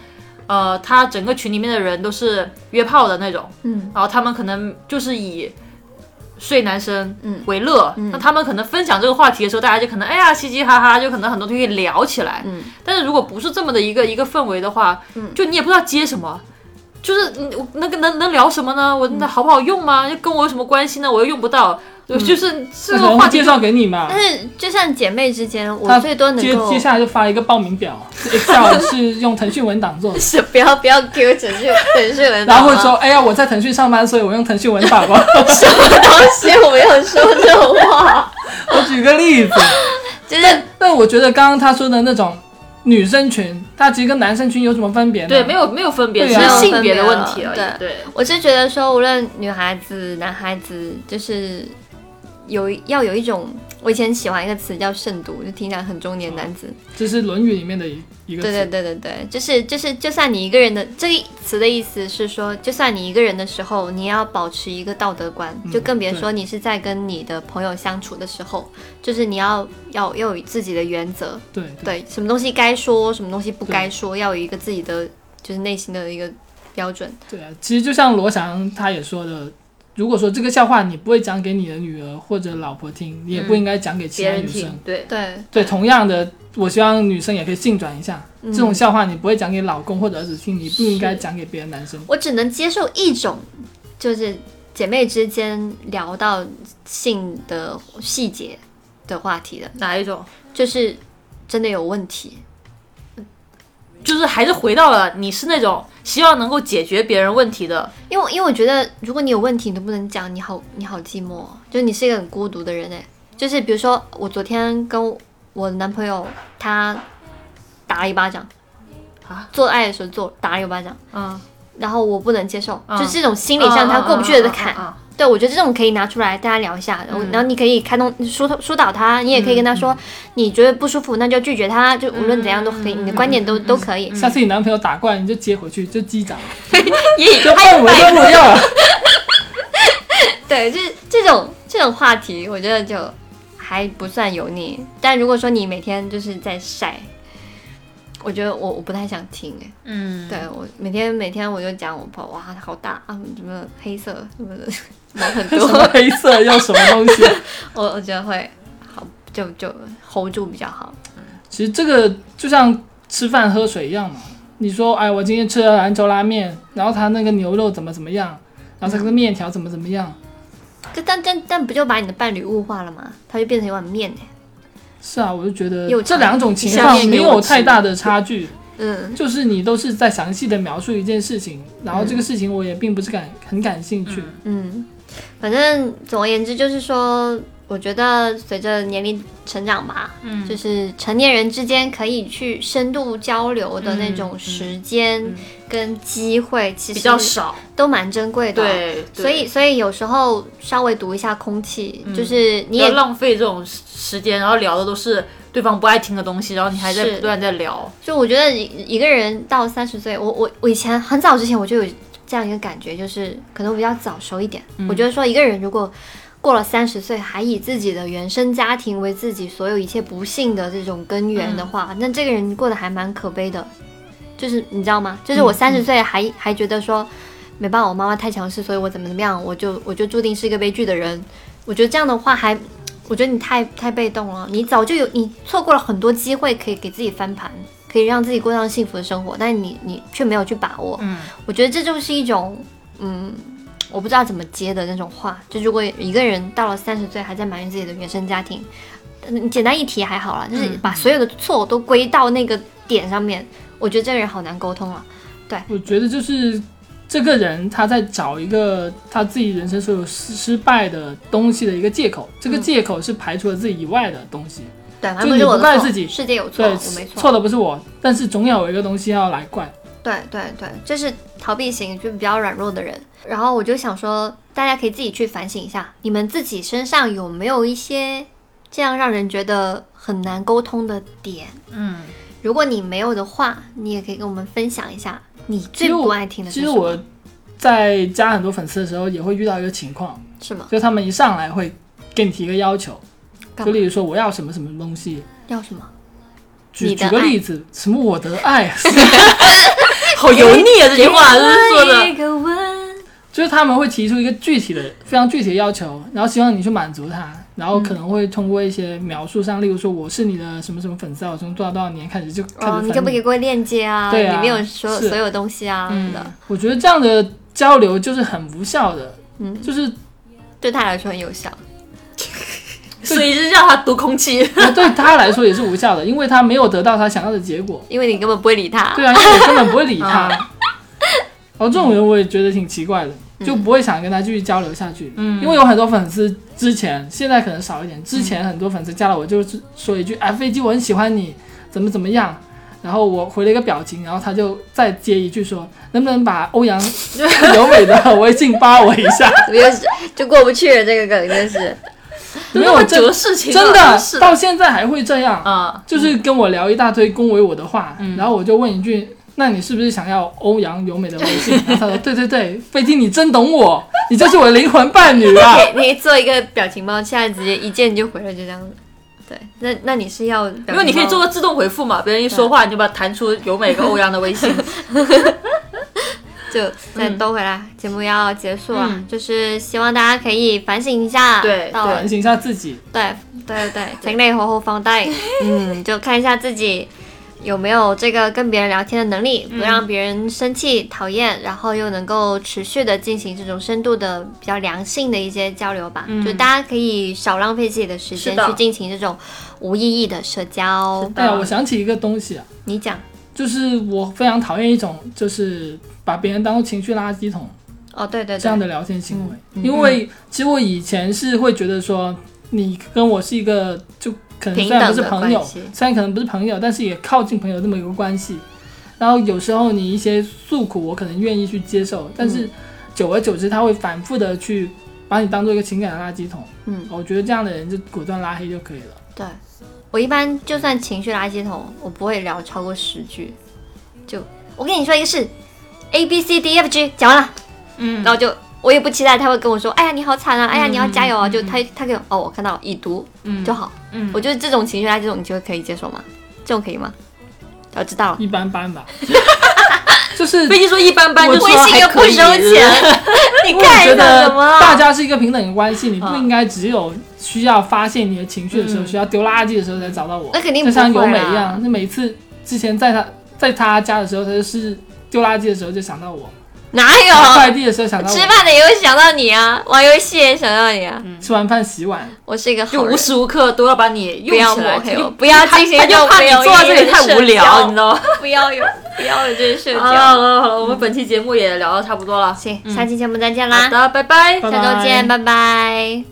A: 呃，他整个群里面的人都是约炮的那种，
B: 嗯
A: 然后他们可能就是以睡男生
B: 嗯
A: 为乐，
B: 嗯
A: 那他们可能分享这个话题的时候，大家就可能哎呀嘻嘻哈哈，就可能很多东西聊起来。
B: 嗯
A: 但是如果不是这么的一个一个氛围的话，
B: 嗯
A: 就你也不知道接什么。就是嗯我那个能能聊什么呢？我那好不好用吗？跟我有什么关系呢？我又用不到，就就是这
C: 那可
A: 个
C: 能
A: 话
C: 会
A: 题
C: 介绍给你嘛
B: 但。是就像姐妹之间，我
C: 她
B: 最多能
C: 接
B: 够
C: 接下来就发一个报名表 ，Excel 是用腾讯文 档做的，
B: 是 不要不要 Q 陈旭陈旭文，
C: 然后会说，哎呀，我在腾讯上班，所以我用腾讯文档吧。
B: 什么东西，我没有说这种话，
C: 我举个例子，
B: 就是
C: 但我觉得刚刚他说的那种女生群，它其实跟男生群有什么分别呢？
A: 对，没有没有分别，
C: 对
A: 只
C: 啊
A: 是性别的问题而
B: 没有分别了
A: 已。对，
B: 我是觉得说，无论女孩子男孩子，就是有要有一种，我以前喜欢一个词叫慎独，就听起来很中
C: 嗯
B: 年男子，
C: 这是《论语》里面的一一个
B: 对
C: 词。
B: 对对对对，就是就是，就算你一个人的这个词的意思是说，就算你一个人的时候，你也要保持一个道德观，
C: 嗯
B: 就更别说你是在跟你的朋友相处的时候，就是你要要要有自己的原则，
C: 对对
B: 对，什么东西该说，什么东西不该说，要有一个自己的就是内心的一个标准。
C: 对啊，其实就像罗翔他也说的，如果说这个笑话你不会讲给你的女儿或者老婆听，你也不应该讲给其
A: 别
C: 他
A: 人
C: 女生。
A: 听，对，
B: 对，
C: 对，同样的，我希望女生也可以性转一下，
A: 嗯
C: 这种笑话你不会讲给老公或者儿子听，你不应该讲给别的男生。
B: 我只能接受一种，就是姐妹之间聊到性的细节的话题的，
A: 哪一种？
B: 就是真的有问
A: 就是
B: 题。
A: 就是还是回到了你是那种希望能够解决别人问题的，
B: 因为因为我觉得，如果你有问题，你都不能讲，你好你好寂寞哦，就你是一个很孤独的人哎。就是比如说，我昨天跟我男朋友他打了一巴掌，
A: 啊，
B: 做爱的时候做打了一巴掌，
A: 嗯，
B: 然后我不能接受，
A: 嗯
B: 就是这种心理上他过不去的坎。
A: 啊
B: 对，我觉得这种可以拿出来大家聊一下，然后、
A: 嗯
B: 然后你可以开动疏疏导他，你也可以跟他说，你觉得不舒服，那就拒绝他，就无论怎样都
A: 嗯
B: 可以，你的观点都、都可以。
C: 下次你男朋友打过来，你就接回去，就 击掌，
B: 也
C: 就换我就不要了。
B: 对，就是这种这种话题，我觉得就还不算油腻。但如果说你每天就是在晒，我觉得我我不太想听哎。
A: 嗯，
B: 对我每天每天我就讲我包哇好大啊，什么黑色什么的 毛很
C: 什么
B: 多，
C: 黑色又什么东西？
B: 我我觉得会好就就 hold 住比较好。
C: 其实这个就像吃饭喝水一样嘛。你说，哎，我今天吃了兰州拉面，然后它那个牛肉怎么怎么样，然后它个面条怎么怎么样，
B: 就但但但不就把你的伴侣物化了吗？他就变成一碗面哎。
C: 是啊，我就觉得
B: 有
C: 这
B: 差
C: 两种情
A: 下
C: 况
A: 面
C: 没
A: 给我
C: 有
A: 吃
C: 太大的差距，
B: 嗯
C: 就是你都是在详细的描述一件事情，然后这个事情我也并不是感很感兴趣。
B: 嗯，反正总而言之就是说，我觉得随着年龄成长吧，
A: 嗯
B: 就是成年人之间可以去深度交流的那种时间
A: 嗯
B: 跟机会，其
A: 比
B: 实
A: 较少，
B: 都蛮珍贵的。，
A: 对，对
B: 所以所以有时候稍微读一下空气，就是
A: 不
B: 你
A: 要
B: 也
A: 浪费这种时间，然后聊的都是对方不爱听的东西，然后你还在
B: 是
A: 不断地在聊，
B: 就我觉得一一个人到三十岁，我我我以前很早之前我就有这样一个感觉，就是可能我比较早熟一点。我觉得说一个人如果过了三十岁，还以自己的原生家庭为自己所有一切不幸的这种根源的话，那这个人过得还蛮可悲的。就是你知道吗？就是我三十岁还、还觉得说没办法，我妈妈太强势，所以我怎么怎么样，我就我就注定是一个悲剧的人。我觉得这样的话还，我觉得你太太被动了，你早就有你错过了很多机会可以给自己翻盘，可以让自己过上幸福的生活，但你你却没有去把握。
A: 嗯，
B: 我觉得这就是一种，嗯，我不知道怎么接的那种话。就如果一个人到了三十岁还在埋怨自己的原生家庭，嗯简单一提还好啦，就是
C: 嗯
B: 把所有的错都归到那个点上面，我觉得这个人好难沟通啊。
C: 我觉得就是这个人他在找一个他自己人生所有失失败的东西的一个借口，这个
B: 嗯
C: 借口是排除了自己以外的东西。
B: 对，反
C: 就
B: 正不
C: 你
B: 是我
C: 不
B: 的
C: 怪
B: 错，
C: 自己
B: 世界有错，
C: 对，
B: 我没错。
C: 错的不是我，但是总有一个东西要来怪。
B: 对对对，这是逃避型，就比较软弱的人。然后我就想说，大家可以自己去反省一下，你们自己身上有没有一些这样让人觉得很难沟通的点？
A: 嗯，
B: 如果你没有的话，你也可以跟我们分享一下你
C: 其
B: 最
C: 实我
B: 不爱听的是
C: 其
B: 什
C: 实
B: 么？
C: 我在加很多粉丝的时候，也会遇到一个情况，
B: 是吗？
C: 就他们一上来会给你提一个要求，
B: 干
C: 就
B: 嘛
C: 例如说我要什么什么东西。
B: 要什么？
C: 举
B: 你
C: 举
B: 的
C: 个
B: 爱
C: 例子，什么我的爱，啊
A: 好油腻啊！这句话真是说的，
B: 一个哦吻。
C: 就是他们会提出一个具体的、非常具体的要求，然后希望你去满足他，然
B: 嗯
C: 后可能会通过一些描述上，例如说我是你的什么什么粉丝啊，我从多少多少年开始就开始
B: 哦，
C: 烦
B: 你可不可以给我链接啊？
C: 对啊
B: 里面有所有
C: 是
B: 所有东西啊
A: 嗯
B: 什么的，
C: 我觉得这样的交流就是很无效的，嗯，就是
B: 对他来说很有效。
A: 所以是让他读空气，
C: 对他来说也是无效的，因为他没有得到他想要的结果。
B: 因为你根本不会理他。
C: 对啊，因为我根本不会理他。然后这种人我也觉得挺奇怪的，就不会想跟他继续交流下去。嗯，因为有很多粉丝之前，现在可能少一点，之前很多粉丝加了我就是说一句“哎，飞机我很喜欢你，怎么怎么样”，然后我回了一个表情，然后他就再接一句说：“能不能把欧阳有美的微信发我一下
B: 怎么
A: 啊
B: 又是就过不去了？这个梗真是，？”
C: 没
A: 那
C: 有
A: 么
C: 真
A: 折事情啊，
C: 真
A: 真
C: 的
A: 是
C: 到现在还会这样，
A: 啊，
C: 就是跟我聊一大堆恭维我的话，
B: 嗯
C: 然后我就问一句：“那你是不是想要欧阳由美的微信？”然后他说：“对对对，飞机你真懂我，你就是我的灵魂伴侣啊
B: 你你做一个表情包，现在直接一键就回了，就这样子。对，那那你是要表情包
A: 因为你可以做个自动回复嘛，别人一说话你就把它弹出有美跟欧阳的微 信，
B: 就再兜回来，节目要结束了，
A: 嗯
B: 就是希望大家可以反省一下，
A: 对
B: 到
A: 对！”
C: 反省一下自己，
B: 对对对，请你好好放低，嗯，就看一下自己有没有这个跟别人聊天的能力，不让别人生气、讨厌，然后又能够持续的进行这种深度的、比较良性的一些交流吧。就大家可以少浪费自己的时间
A: 是的
B: 去进行这种无意义的社交。
A: 是的
C: 哎哎呀，我想起一个东西啊，
B: 你讲，
C: 就是我非常讨厌一种就是把别人当做情绪垃圾桶
B: 哦，对对对，
C: 这样的聊天行为，
B: 嗯嗯
C: 因为其实我以前是会觉得说你跟我是一个就可能虽
B: 平
C: 然
B: 等
C: 不是
B: 的
C: 朋
B: 关
C: 友，
B: 系，
C: 虽然可能不是朋友，但是也靠近朋友这么一个关系。然后有时候你一些诉苦，我可能愿意去接受，但
B: 嗯
C: 是久而久之，他会反复的去把你当做一个情感的垃圾桶。
B: 嗯，
C: 我觉得这样的人就果断拉黑就可以了。
B: 对。我一般就算情绪垃圾桶，我不会聊超过十句。就我跟你说一个事，A B C D E F G 讲完了，
A: 嗯
B: 然后就我也不期待他会跟我说，哎呀你好惨啊，哎呀你要加油啊，
A: 嗯嗯
B: 就他他给我哦我看到了已读
A: 嗯
B: 就好。
A: 嗯，
B: 我觉得这种情绪垃圾桶，你觉得可以接受吗？这种可以吗？我知道了，
C: 一般 般吧，就是
A: 毕竟说一般般，就
B: 微
A: 说
B: 信又
A: 还
B: 不
A: 可以
B: 收钱， 你
C: 我觉
B: 看上
C: 得
B: 什么啊？
C: 大家是一个平等的关系，你不
B: 嗯
C: 应该只有需要发泄你的情绪的时候，
A: 嗯
C: 需要丢垃圾的时候才找到我。
B: 那肯定
C: 就像
B: 不
C: 由
B: 会
C: 美
B: 啦
C: 一样，那每次之前在他在他家的时候，他就是丢垃圾的时候就想到我，
B: 哪
C: 拿
B: 有？
C: 快递的时候想到
B: 哦吃
C: 我，
B: 饭的也会想到你啊，玩游戏也想到你啊。
A: 嗯
C: 吃完饭洗碗，
B: 我是一个
A: 就
B: 好
A: 无
B: 人，
A: 时无刻都要把你
B: 不要
A: 用起
B: 抹
A: 来，
B: 黑
A: 就
B: 我，不要进行
A: 他就
B: 用
A: 怕
B: 没
A: 你
B: 有意
A: 坐在这
B: 义
A: 里
B: 的
A: 太无
B: 社
A: 聊，
B: 交
A: 你知道吗？
B: 不要有不要有这 个社
A: 好了好
B: 交。嗯
A: 了好了，我们本期节目也聊的差不多了，
B: 行，下期节目再见
A: 好
B: 啦，
A: 的，拜拜。
C: 拜
B: 下周见，拜拜